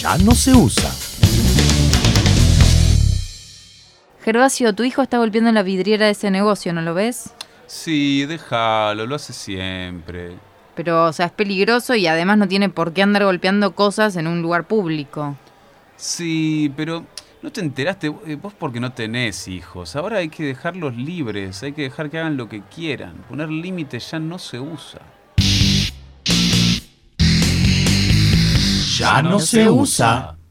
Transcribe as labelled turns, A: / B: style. A: ya no se usa.
B: Gervasio, tu hijo está golpeando la vidriera de ese negocio, ¿no lo ves?
C: Sí, déjalo, lo hace siempre.
B: Pero, o sea, es peligroso y además no tiene por qué andar golpeando cosas en un lugar público.
C: Sí, pero no te enteraste eh, vos porque no tenés hijos. Ahora hay que dejarlos libres, hay que dejar que hagan lo que quieran. Poner límites ya no se usa.
A: Ya no Ah, se usa.